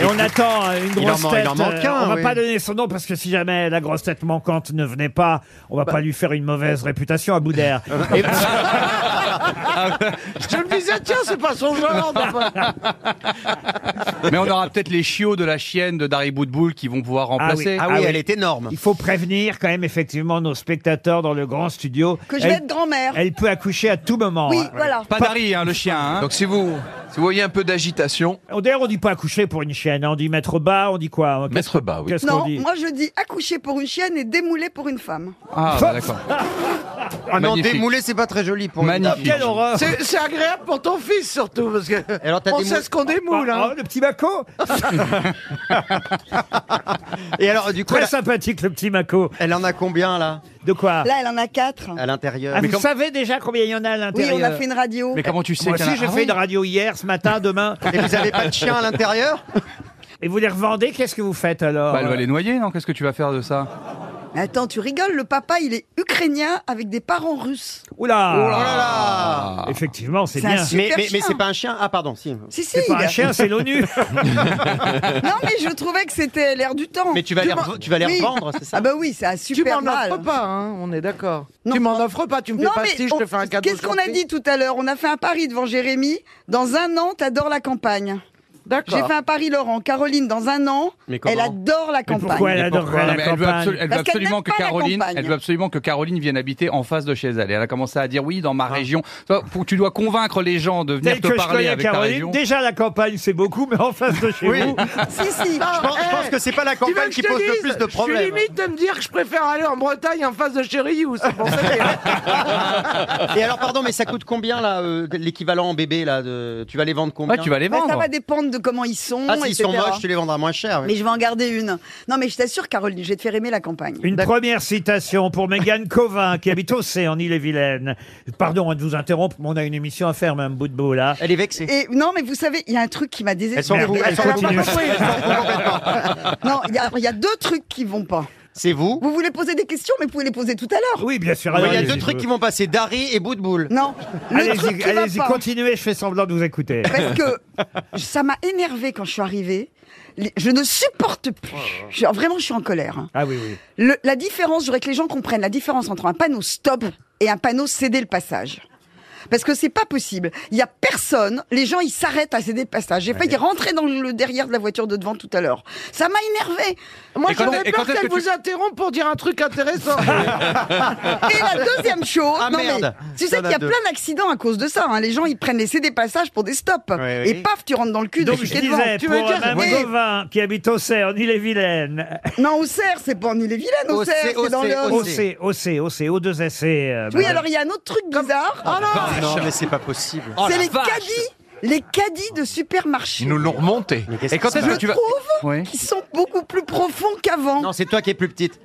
Et on attend euh, une Il en grosse man- il tête. en manque euh, un, on va oui. pas donner son nom parce que si jamais la grosse tête manquante ne venait pas, on Bah. va pas lui faire une mauvaise réputation à Boudère. Je me disais, tiens, c'est pas son genre. Mais on aura peut-être les chiots de la chienne de Dari Boudboul qui vont pouvoir Ah remplacer. Ah Ah énorme. Il faut prévenir quand même effectivement nos spectateurs dans le grand studio. Que je vais être grand-mère. Elle peut accoucher à tout moment. Oui, hein. voilà. Pas Dari, hein, le chien. hein. Donc si vous, si vous voyez un peu d'agitation, D'ailleurs, on dit pas accoucher pour une chienne, hein. on dit mettre bas, on dit quoi hein Qu'est-ce- Mettre bas, oui. Qu'est-ce qu'on Non, dit moi je dis accoucher pour une chienne et démouler pour une femme. Ah, bah, d'accord. Ah non, Magnifique. démoulé, c'est pas très joli pour Magnifique. Quelle horreur C'est c'est agréable pour ton fils, surtout, parce que Alors, t'as on des mou- sait ce qu'on démoule. Ah, Oh, hein. ah, le petit Mako Et alors, du coup, Très elle, a- sympathique le petit Mako. elle en a combien, là De quoi Là, elle en a quatre. À l'intérieur Ah, Vous savez déjà combien il y en a à Oui, l'intérieur on a fait une radio. Mais comment tu sais Moi qu'il y en a- aussi, j'ai Ah fait oui. une radio hier, ce matin, demain. Et vous avez pas de chien à l'intérieur Et vous les revendez, qu'est-ce que vous faites alors Bah, elle va les noyer, non Qu'est-ce que tu vas faire de ça Mais Attends, tu rigoles, le papa, il est ukrainien avec des parents russes. Oula Oh là là Ah. Effectivement, c'est C'est bien. un super Mais, mais, mais chien. c'est pas un chien Ah, pardon, si. Si, si. C'est pas il un a- chien, c'est l'ONU. Non, mais je trouvais que c'était l'air du temps. Mais tu vas les m'en- rev- tu vas les Oui. revendre, c'est ça Ah bah oui, c'est un Tu super m'en mal. offres pas, hein, on est d'accord. Non. Tu m'en offres pas, tu me fais Non, pas mais si je te on- fais un cadeau. qu'est-ce qu'on a surprise. dit tout à l'heure On a fait un pari devant Jérémy. Dans un an, t'adores la campagne. J'ai D'accord. fait un pari, Laurent. Caroline, dans un an, Mais comment elle adore la Mais campagne. pourquoi elle adorerait Non, la mais elle veut, campagne absolu- elle veut Parce qu'elle absolument n'aime que pas la Caroline, campagne. elle veut absolument que Caroline vienne habiter en face de chez elle. Et elle a commencé à dire oui dans ma région. Toi, pour- Tu dois convaincre les gens de venir Ah. Tel te que je parler connais avec ta Caroline, région. déjà la campagne c'est beaucoup, mais en face de chez Oui. vous, Si, si. Ah, Je pense, je eh, pense que c'est pas la tu veux campagne que qui je te pose le dise plus de Je suis problèmes. limite de me dire que je préfère aller en Bretagne en face de chez ou c'est pour ça que- Et alors, pardon, mais ça coûte combien, là, euh, l'équivalent en bébé, là de... Tu vas les vendre combien Ouais, tu vas les Bah, vendre. ça va dépendre de comment ils sont. Ah, s'ils sont etc.. moches, tu les vendras moins cher. oui. Mais je vais en garder une. Non, mais je t'assure, Caroline, je vais te faire aimer la campagne. une première citation pour Mégane Covin qui habite Océ en Ille-et-Vilaine. Pardon hein, de vous interrompre, mais on a une émission à faire, même bout de bout là. Elle est vexée. Et non, mais vous savez, il y a un truc qui m'a désespérée. Elles sont Merde, fous, elle elles sont fous. continue. Non, il y, a- il y a deux trucs qui vont pas. C'est vous Vous voulez poser des questions, mais vous pouvez les poser tout à l'heure. Oui, bien sûr. Il y a Ah, allez-y. deux trucs qui vont passer, Dari et Boudboul. Non, le truc Allez-y, qui va allez-y, hein. pas. continuez, je fais semblant de vous écouter. Parce que ça m'a énervé quand je suis arrivée. Les- Je ne supporte plus. Je- vraiment, je suis en colère. hein. Ah oui, oui. Le- la différence, j'aurais que les gens comprennent la différence entre un panneau stop et un panneau céder le passage. Parce que c'est pas possible. Il y a personne. Les gens, ils s'arrêtent à céder le passage. J'ai failli rentrer dans le derrière de la voiture de devant tout à l'ure. Ça m'a énervé. Moi, Et quand j'aurais est- peur et quand est-ce qu'elle que tu- vous interrompe pour dire un truc intéressant. Et la deuxième chose, Ah, non, merde. mais, tu sais Ça qu'il y a va deux. plein d'accidents à cause de ça. hein. Les gens, ils prennent les céder passages pour des stops. Ouais, Et oui. paf, tu rentres dans le cul. Donc de je qui est devant. disais, Tu pour veux dire- Mme Oui. Gauvin, qui habite Océ en Ille-et-Vilaine, Non, au cerf, c'est pas en Ille-et-Vilaine, au Auxerre, cerf, c'est dans Auxerre, le... Auxerre. OC, OC, OC, O2SC. euh, Oui, madame. alors il y a un autre truc bizarre. Ah non Non, mais c'est pas possible. Oh c'est les caddies, les caddies de supermarché. ils nous l'ont remonté. Et quand est-ce Je que tu vas trouve Oui. qu'ils sont beaucoup plus profonds qu'avant. Non, c'est toi qui es plus petite.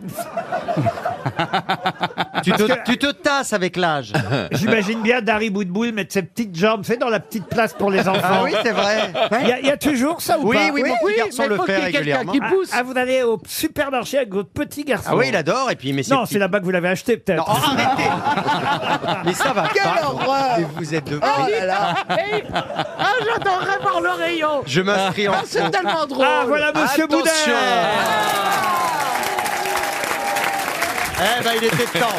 tu, te, tu te tasses avec l'âge. J'imagine bien Dari Boudboul mettre ses petites jambes, c'est dans la petite place pour les enfants. Ah oui, c'est vrai. Il y, a- il y a toujours ça ou Oui, pas oui, mon Oui, petit garçon mais le faut fait qu'il y ait quelqu'un régulièrement. qui- ah, pousse. ah, vous allez au supermarché avec votre petit garçon. Ah oui, il adore. Et puis, mais Non, petit- c'est là-bas que vous l'avez acheté Non, peut-être. oh, arrêtez Mais ça va Quelle pas. horreur Mais vous êtes de Oh là là. Eh, Ah, j'adorerais voir le rayon. Je m'inscris en Ah, c'est tellement drôle. Ah voilà Monsieur Ah. Boudin. Attention Eh ben, il était temps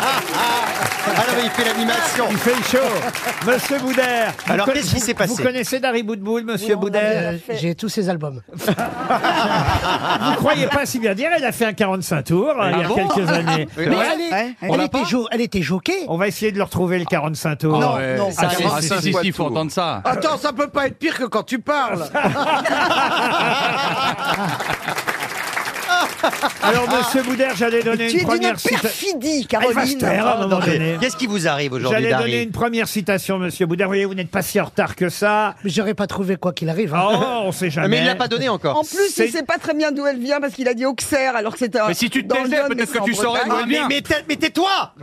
Ah non, mais il fait l'animation Il fait chaud. Monsieur Boudère. vous Alors, conna- qu'est-ce qui s'est vous- Vous passé connaissez Dari Boudboul, monsieur Boudère déjà fait. J'ai tous ses albums. Vous croyez pas si bien dire, elle a fait un 45 tours euh, il y a quelques années. Ah Oui, Mais ouais. elle, est- Ouais. elle On l'a était jo- elle était joquée. On va essayer de le retrouver le 45 tours. Non, non. Ah, Ah, si, c'est- si, c'est- si, c'est- si, faut tout. entendre ça. Attends, ça peut pas être pire que quand tu parles. Alors monsieur Boudère, j'allais donner Tu une es d'une première citation. perfidie, Ah, Elle va se Caroline. taire à hein. un moment donné. Qu'est-ce qui vous arrive aujourd'hui, J'allais donner Dari une première citation, monsieur Boudin. Vous voyez, vous n'êtes pas si en retard que ça. Mais j'aurais pas trouvé quoi qu'il arrive. Oh, hein. on sait jamais. Ah, Mais il l'a pas donné encore En plus, C'est- il sait pas très bien d'où elle vient parce qu'il a dit Auxerre alors que c'était. Mais si tu te dans le taisais, Yonne, peut-être mais que c'est tu en saurais d'où Bretagne. elle vient. Mais tais- mais tais-toi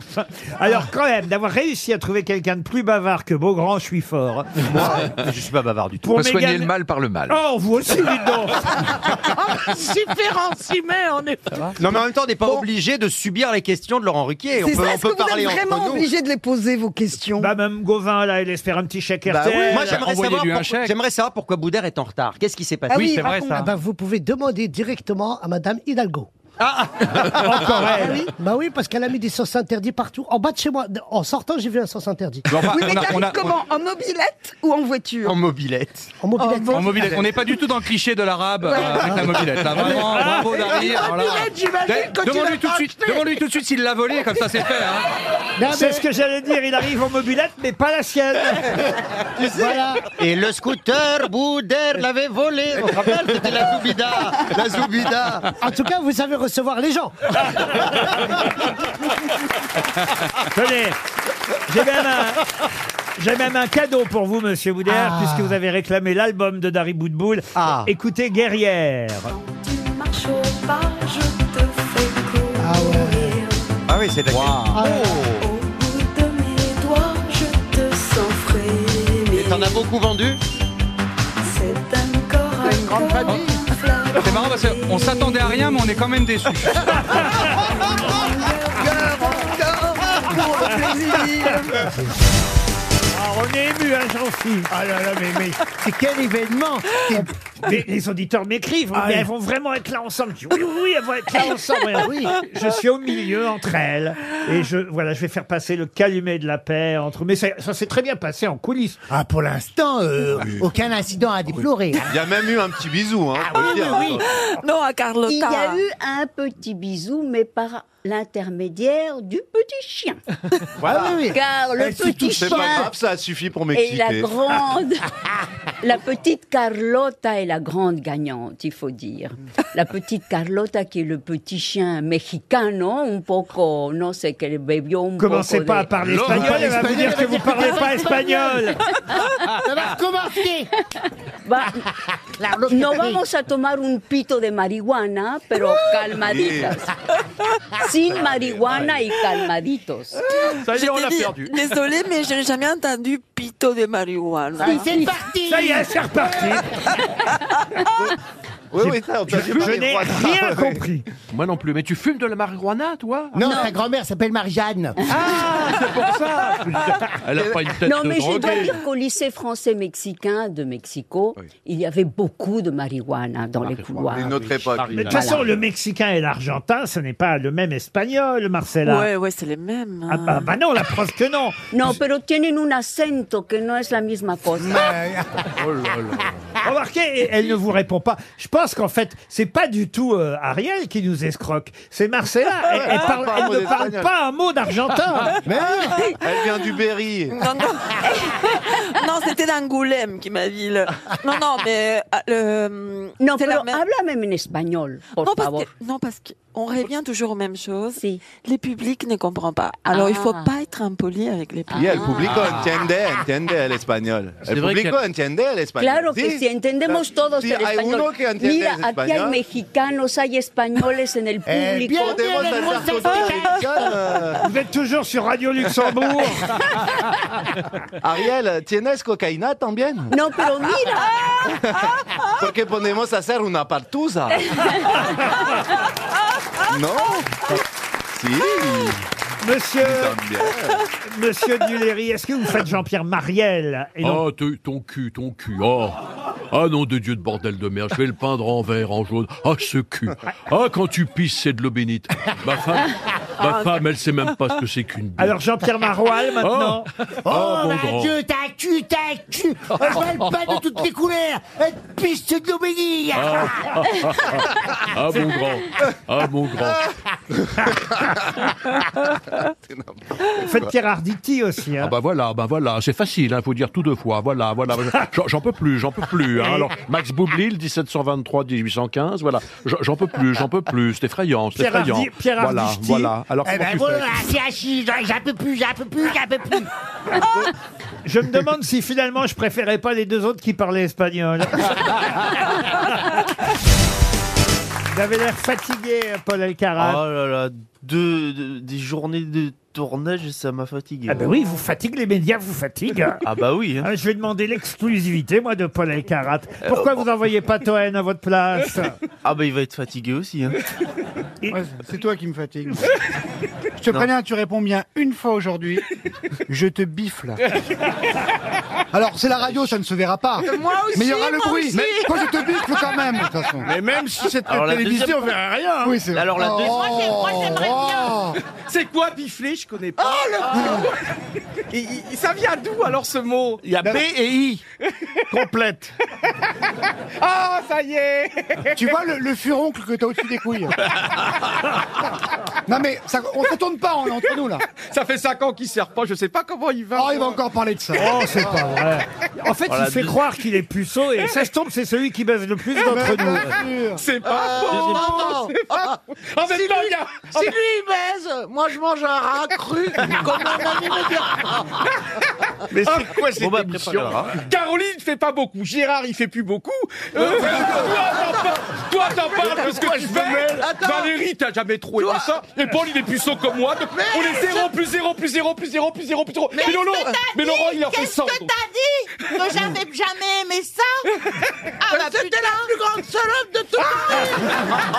Alors, quand même, d'avoir réussi à trouver quelqu'un de plus bavard que Beaugrand, je suis fort. Moi, je suis pas bavard du tout. Pour Oh. On peut soigner Mégane- le mal par le mal. Ah, Oh, vous aussi, dites donc. Oh, si Ferrand s'y met ouais, en effet. Non, mais en même temps, on n'est pas obligé de subir les questions de Laurent Ruquier. On C'est peut, ça, on est-ce peut que vous parler êtes entre vraiment nous. obligé de les poser, vos questions Bah, même Gauvin, là, elle espère un petit chèque Bah oui, RTL. Moi, j'aimerais Envoyez-lui savoir, un pourquoi, chèque. j'aimerais savoir pourquoi Boudère est en retard. Qu'est-ce qui s'est passé Ah Oui, oui, c'est vrai raconte. ça. Ah bah, vous pouvez demander directement à Madame Hidalgo. Encore Ah elle. oui Bah oui, parce qu'elle a mis des sauces interdites partout. En bas de chez moi, en sortant, j'ai vu un sauce interdit. Mais enfin, Oui, mais on a- Ah, on t'arrives a- comment En mobilette ou en voiture En mobilette. En mobilette. on- en mobilette. On n'est pas du tout dans le cliché de l'arabe euh, avec la mobilette. là. Vraiment, Ah, bravo Dari. alors là. mobilette, j'imagine, quand il Demande-lui l'a tout de pas suite. acheté. Demande-lui tout de suite s'il l'a volé, comme ça c'est fait. hein. Non, mais C'est ce que j'allais dire, il arrive en mobilette, mais pas la sienne. voilà. Et le scooter, Boudère l'avait volé. On se rappelle, c'était la Zoubida. La Zoubida. En tout cas, vous savez recevoir les gens. Tenez, j'ai même un... J'ai même un cadeau pour vous, monsieur Boudère, Ah. puisque vous avez réclamé l'album de Dari Boudboul. Ah. Écoutez Guerrière. Tu marches au pas, je te fais courir. Ah oui, c'est d'accord. Au bout de mes doigts, je te sens Et t'en frémir. as beaucoup vendu C'est un corps à corps flagrant. C'est marrant parce qu'on s'attendait à rien, mais on est quand même déçus. Ah, on est ému, hein, jean philippe Ah là là, mais, mais c'est quel événement Les, les auditeurs m'écrivent, mais Ah, oui. Ah elles vont vraiment être là ensemble. Je dis, oui, oui, oui, elles vont être là ensemble. Et oui, je suis au milieu entre elles. Et je, voilà, je vais faire passer le calumet de la paix entre. Mais ça, ça s'est très bien passé en coulisses. Ah, pour l'instant, euh, Ah, aucun incident à déplorer. Il y a même eu un petit bisou, hein. faut le dire. Non, à Carlotta. Il y a eu un petit bisou, mais par l'intermédiaire du petit chien. Ah oui, oui. Car le Eh, si tout, petit C'est pas chien grave, ça suffit pour et la m'exciter. grande, la petite Carlotta est la grande gagnante, il faut dire. La petite Carlotta qui est le petit chien mexicano, un poco, no sé qué, bebió un poco Commencez pas à de- parler Laurent espagnol, parle elle va vous espagnol, dire elle va que vous dire que parlez t'es pas pas espagnol. Ah, Ça Ah. va recommencer Bah, Carlotta, No oui. vamos a tomar un pito de marihuana, pero calmaditas. Sin marihuana y calmaditos. Ça y est, on Je l'a t'ai dit, perdu. Désolé, mais je n'ai jamais entendu Pito de marijuana. Et Ah, c'est parti Ça y est, c'est reparti. Oui, oui, ça, on t'a dit pas Je les n'ai droits. rien compris. Moi non plus. Mais tu fumes de la marijuana, toi Non, sa grand-mère s'appelle Marie-Jeanne. Elle a pas une tête Non, mais je dois dire qu'au lycée français-mexicain de Mexico, il y avait beaucoup de marijuana Ah, dans les couloirs. Une autre époque. Mais de toute façon, le Mexicain et l'Argentin, ce n'est pas le même espagnol, Marcella. Ouais, ouais, c'est les mêmes. hein. Ah bah, bah non, la preuve que non. No, pero tienen un acento que no es la misma cosa. Remarquez, elle ne vous répond pas. Je pense qu'en fait, c'est pas du tout euh, Ariel qui nous escroque. C'est Marcella. Elle, elle parle- pas un elle mot ne parle d'espagnol. pas un mot d'argentin. Elle vient du Berry. Non, non. Non, c'était d'Angoulême qui m'a dit le- Non, non, mais. euh, le- No, c'est pero la même- háblame en español, por non, parce favor. que- non, parce qu'on revient toujours aux mêmes choses. Si. Les publics ne comprennent pas. Alors, il faut pas être impoli avec les Y publics. el público Ah. entiende, entiende el español. El vrai público entiende el español. Claro que Sí. si entendemos todos Sí, el hay uno español. que entiende Mira, el aquí hay español. mexicanos, hay españoles en el Eh, público. bien, bien, Podemos la saltar grosse côté affaire. américain, euh, Vous êtes toujours sur Radio Luxembourg. Ariel, ¿tienes cocaína también? No, pero mira. Porque podemos hacer una partusa. No. Sí, Monsieur, también. Monsieur Duléry, est-ce que vous faites Jean-Pierre Mariel et non Oh, te- ton cul, ton cul. Oh. Ah non, de Dieu de bordel de merde, je vais le peindre en vert, en jaune. Ah, ce cul. Ah, quand tu pisses, c'est de l'eau bénite. Ma femme, Ah, ma femme, elle sait même pas ce que c'est qu'une Oh. bite. Alors Jean-Pierre Maroal oh, maintenant. Oh, Oh, mon mon grand. Dieu, t'as un cul, t'as un cul Oh, Je vois le pas de toutes les couleurs Elle piste euh, de l'obélie Ah, mon grand. Ah, mon grand. Vous faites Pierre Arditi aussi. hein. Ah bah voilà, bah voilà, c'est facile, il faut dire tout deux fois. Voilà, voilà. J'en- J'en peux plus, j'en peux plus. hein. Alors, Max Boublil, 1723-1815, voilà. J'en j'en peux plus, j'en peux plus. C'est effrayant, c'est Pierre Hardy- effrayant. Pierre voilà, Harditi. voilà. Alors, Eh comment ben tu voilà, fais c'est assis, j'en j'en peux plus, j'en peux plus, j'en peux plus Je me demande si finalement je préférais pas les deux autres qui parlaient espagnol. Vous avez l'air fatigué, Paul Ah Elkarat. Ah, oh là là, des journées de tournage, ça m'a fatigué. Ah ben oui, vous fatiguez les médias, vous fatiguez. Ah bah oui, Ah, je vais demander l'exclusivité, moi, de Paul Elkarat. Pourquoi vous n'envoyez pas Toen à votre place Ah bah il va être fatigué aussi. Hein. c'est toi qui me fatigue. Je te Non. préviens, tu réponds bien une fois aujourd'hui. Je te bifle. Alors, c'est la radio, ça ne se verra pas. Moi aussi, Mais il y aura le moi bruit. aussi. Mais quand je te bifle quand même, de toute façon. Mais même si c'était Alors, la télévisé, deuxième- on verrait rien. hein. Oui, c'est vrai. Alors, la deuxième- Moi, Oh, j'ai- moi, j'aimerais bien. C'est quoi bifler Je connais pas. Et- et- ça vient d'où alors ce mot Il y a B et I. Complète. Ah, ça y est Tu vois le, le furoncle que t'as au-dessus des couilles. Non mais ça, on se tourne pas, on est entre nous là. Ça fait 5 ans qu'il sert pas, je sais pas comment il va. Oh, il va encore parler de ça. Oh, c'est pas vrai. En fait, Voilà, il fait deux- croire qu'il est puceau et ça se tombe, c'est celui qui baise le plus d'entre nous. C'est pas Ah faux, c'est pas faux. En même temps, il y a- en Si lui même- il baise, moi je mange un rat cru comme un ami me dit. Mais c'est quoi cette bon, bah, émission prépare-la, hein. Caroline fait pas beaucoup, Gérard il fait plus beaucoup. Euh, toi t'en par- toi, t'en parles parce que Pourquoi tu je me fais. mêle Attends. Valérie t'as jamais trop aimé ça. Et Paul il est puceau comme moi. Donc Mais on est 0 plus 0 plus 0 plus 0 plus 0 plus 0. Mais, non, non, mais Laurent il a fait 100. Qu'est-ce que t'as dit Que j'avais jamais aimé ça ah, Euh, bah, C'était la plus grande salope de tout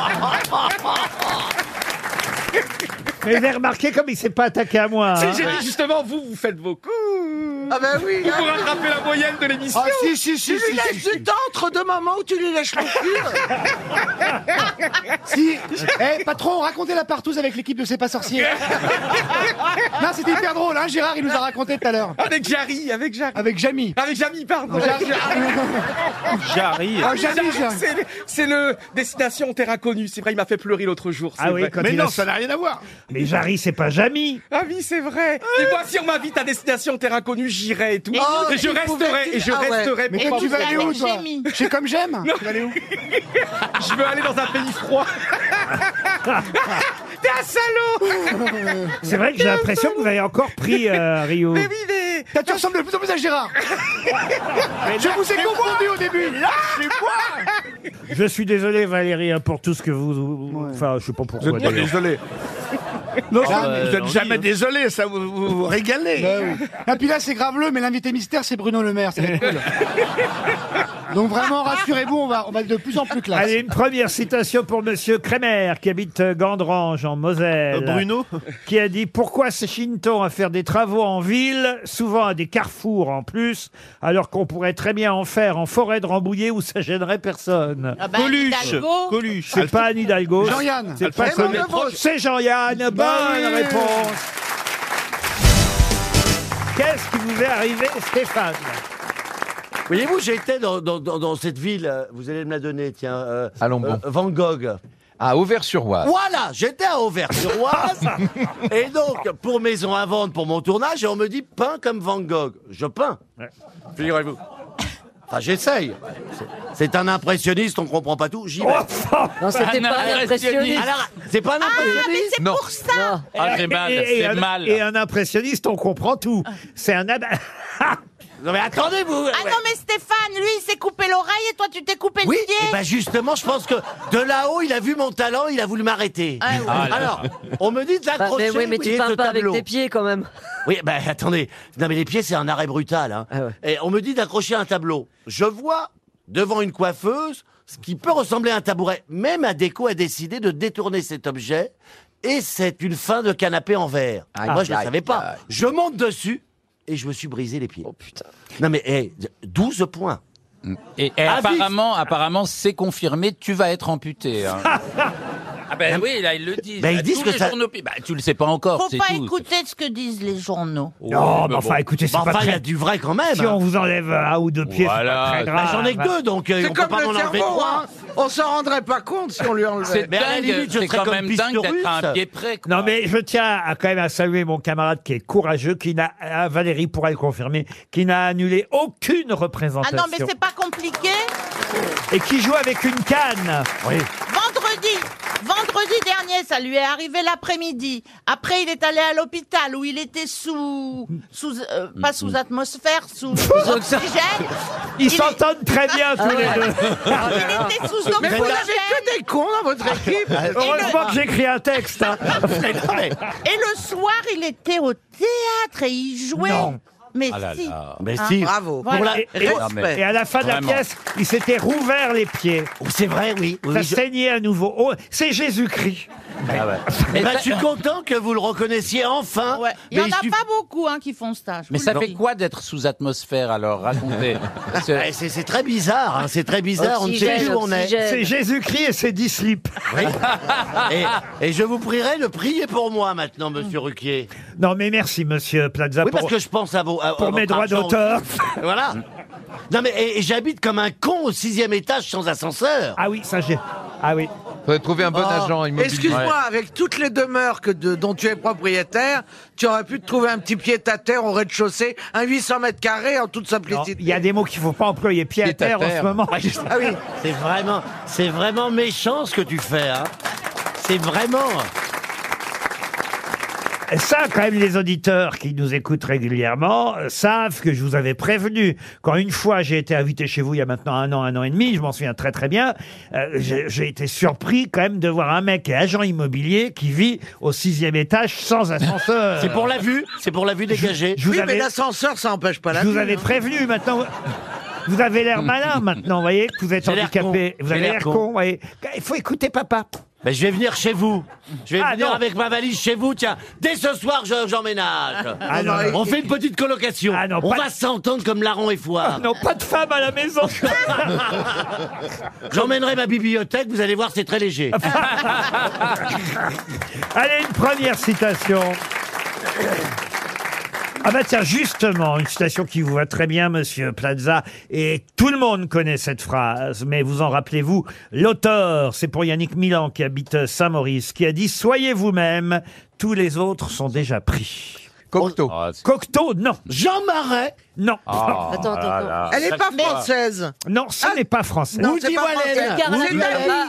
Mais vous avez remarqué comme il s'est pas attaqué à moi. hein. Si, j'ai dit justement, vous, vous faites vos coups. Ah ben oui. Vous vous rattrapez la moyenne de l'émission. Ah si si si. Tu lui lèches du temps entre deux moments où tu lui lèches le cul. Si, eh, patron, racontez la partouze avec l'équipe de C'est pas sorcier. non, c'était hyper drôle, hein, Gérard, il nous a raconté tout à l'heure. Avec Jarry, avec Jarry. Avec Jamy. Avec Jamy, pardon. Jarry. Jarry. Ah, Jarry, Jarry. c'est le- C'est le Destination Terre Inconnue. C'est vrai, il m'a fait pleurer l'autre jour. c'est Ah oui, vrai. quand il a- Mais Jarry, c'est pas Jamy. Ah oui, c'est vrai. Et moi, si on m'invite à Destination Terre Inconnue, j'irai et tout. Eh, Oh, Et Oh, nous, et je tu resterai, pouvais- et je Ah ouais. resterai. Mais toi, pour pas tu vous vas aller faire où, chier. toi C'est comme j'aime. Tu vas aller où Je veux aller dans un pays froid. T'es un salaud C'est vrai que j'ai l'impression que vous avez encore pris euh, Rio. Mais oui, mais... T'as- Tu ressembles de plus en plus à Gérard. Je vous ai confondu au début. Je suis désolé Valérie hein, pour tout ce que vous... Enfin, je sais pas pourquoi. Vous êtes pas d'ailleurs. désolé. Non, Ah, ça- bah, vous êtes on dit, jamais hein. désolé, ça vous, vous, vous régalez. Et Bah Ah, puis là, c'est graveleux, mais l'invité mystère, c'est Bruno Le Maire, ça va être cool. Donc vraiment, rassurez-vous, on va, on va être de plus en plus classe. Allez, une première citation pour Monsieur Kremer, qui habite euh, Gandrange, en Moselle. Euh, Bruno Qui a dit « Pourquoi s'échine-t-on à faire des travaux en ville, souvent à des carrefours en plus, alors qu'on pourrait très bien en faire en forêt de Rambouillet où ça gênerait personne bah, Coluche. Hidalgo. Coluche. C'est pas Anne Hidalgo. Jean-Yann. C'est pas Raymond Coluche. Devos. C'est Jean-Yann. Bonne oui. réponse Qu'est-ce qui vous est arrivé, Stéphane Voyez-vous, j'étais dans, dans- dans- dans cette ville, euh, vous allez me la donner, tiens. euh, euh, Van Gogh. À Auvers-sur-Oise. Voilà, j'étais à Auvers-sur-Oise. et donc, pour Maison à vendre, pour mon tournage, et on me dit peins comme Van Gogh. Je peins. Figurez-vous. Enfin, j'essaye. C'est- C'est un impressionniste, on comprend pas tout. J'y vais. Non, c'était pas un impressionniste. Alors, c'est pas un impressionniste. c'est pour ça Ah, j'ai mal, et, c'est un, mal. et un impressionniste, on comprend tout. C'est un... ab- non, mais attendez, vous. Ah non, mais Stéphane, lui, il s'est coupé l'oreille et toi, tu t'es coupé Oui, le pied et ben justement, je pense que de là-haut, il a vu mon talent, il a voulu m'arrêter. Ah, Ah ouais. Ah là. Alors, on me dit de oh, Bah, l'accrocher. mais oui, mais vous tu voyez, peins ce pas avec tableau. tes pieds quand même. Oui, ben attendez. Non, mais les pieds, c'est un arrêt brutal. hein. Et on me dit d'accrocher un tableau. Je vois devant une coiffeuse ce qui peut ressembler à un tabouret. Même Adéco a décidé de détourner cet objet. Et c'est une fin de canapé en verre. Moi, je ne le aïe, savais pas. Je monte dessus et je me suis brisé les pieds. Oh putain. Non, mais hey, 12 points. Mm. Et, et Ah, apparemment, apparemment, c'est confirmé, tu vas être amputé. hein. ah ben oui, là, ils le disent. Ben, ils Là, disent tous que les ça- journaux- Bah, tu le sais pas encore, Faut c'est pas tout. écouter ce que disent les journaux. Non, mais, enfin, écoutez, c'est Bah, pas enfin, il y très... a du vrai quand même, Si hein. on vous enlève un ou deux pieds, Voilà. c'est pas très Bah, grave. j'en ai que deux, donc, euh, C'est on peut comme pas m'en le enlever cerveau, trois. hein. On s'en rendrait pas compte si on lui enlevait. C'est Mais à la dingue, limite, je c'est serais quand comme même dingue d'être Pistorius. à un pied près, Non, mais je tiens à quand même à saluer mon camarade qui est courageux, qui n'a, ah, Valérie pourra le confirmer, qui n'a annulé aucune Ah représentation. non, mais c'est pas compliqué. Et qui joue avec une canne. Oui. Vendredi, vendredi dernier, ça lui est arrivé l'après-midi. Après, il est allé à l'hôpital où il était sous, sous, euh, pas sous atmosphère, sous oxygène. Ils s'entendent très bien Ah tous les deux. Il était sous Mais vous oxygène. n'avez que des cons dans votre équipe. Heureusement que j'écris un texte. hein. Et le soir, il était au théâtre et il jouait. Non. Mais Ah là si. là. Mais si. Bravo. Pour la- Voilà. et, Respect. et à la fin de la Vraiment. pièce, il s'était rouvert les pieds. C'est vrai, oui. oui, ça oui, je- saignait à nouveau. Oh, c'est Jésus-Christ. Eh ben, je suis content que vous le reconnaissiez enfin. Il n'y en Mais a suff- pas beaucoup hein, qui font ça. je Mais vous ça le fait dis. quoi d'être sous atmosphère alors Racontez. Eh, C'est c'est très bizarre, hein, c'est très bizarre, on ne sait plus où on est. Euh, C'est Jésus-Christ et ses dix slips. Oui. et, et je vous prierai de prier pour moi maintenant, monsieur Ruquier. Non, mais merci, monsieur Plaza. Oui, parce pour- que je pense à vos. à- à pour votre mes droits argent d'auteur. aussi. voilà. Non, mais et- et j'habite comme un con au sixième étage sans ascenseur. Ah oui, ça j'ai. Ah oui. Faudrait trouver un bon Oh, agent immobilier. Excuse-moi, avec toutes les demeures que de- dont tu es propriétaire, tu aurais pu te trouver un petit pied à terre au rez-de-chaussée, un 800 mètres carrés en toute simplicité. Il y a des mots qu'il ne faut pas employer. Pied à terre en ce moment. Ah oui. C'est vraiment, c'est vraiment méchant ce que tu fais. Hein. C'est vraiment. Et Ça, quand même, les auditeurs qui nous écoutent régulièrement euh, savent que je vous avais prévenu. Quand une fois j'ai été invité chez vous il y a maintenant un an, un an et demi, je m'en souviens très très bien, euh, j'ai j'ai été surpris quand même de voir un mec qui est agent immobilier qui vit au sixième étage sans ascenseur. C'est pour la vue. C'est pour la vue dégagée. je vous oui, avais- mais l'ascenseur, ça n'empêche pas la Je vous vue, avais hein. prévenu maintenant. Vous avez l'air malin maintenant, vous voyez, que vous êtes J'ai l'air handicapé. con. Vous avez J'ai l'air con, vous voyez. Il faut écouter papa. Ben, je vais venir chez vous. Je vais Ah, venir non. avec ma valise chez vous. Tiens, dès ce soir, je- j'emménage. Ah, non, non. Ah, On fait une petite colocation. On pas va de- s'entendre comme larron et foire. Non, pas de femme à la maison. J'emmènerai ma bibliothèque. Vous allez voir, c'est très léger. Allez, une première citation. Ah bah tiens, justement, une citation qui vous va très bien, monsieur Plaza, et tout le monde connaît cette phrase, mais vous en rappelez-vous, l'auteur, c'est pour Yannick Milan qui habite Saint-Maurice, qui a dit « Soyez vous-même, tous les autres sont déjà pris ». Cocteau. Cocteau, non. Jean Marais Non. Ah, attends, attends, là, attends. là. Elle Ah. est pas Mais- française. Non, Ah ce n'est pas français. Non, c'est pas français. Woody Ah,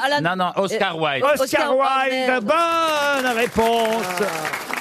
Allen. euh, Non, non, Oscar Wilde. Ah. Oscar Wilde, bonne réponse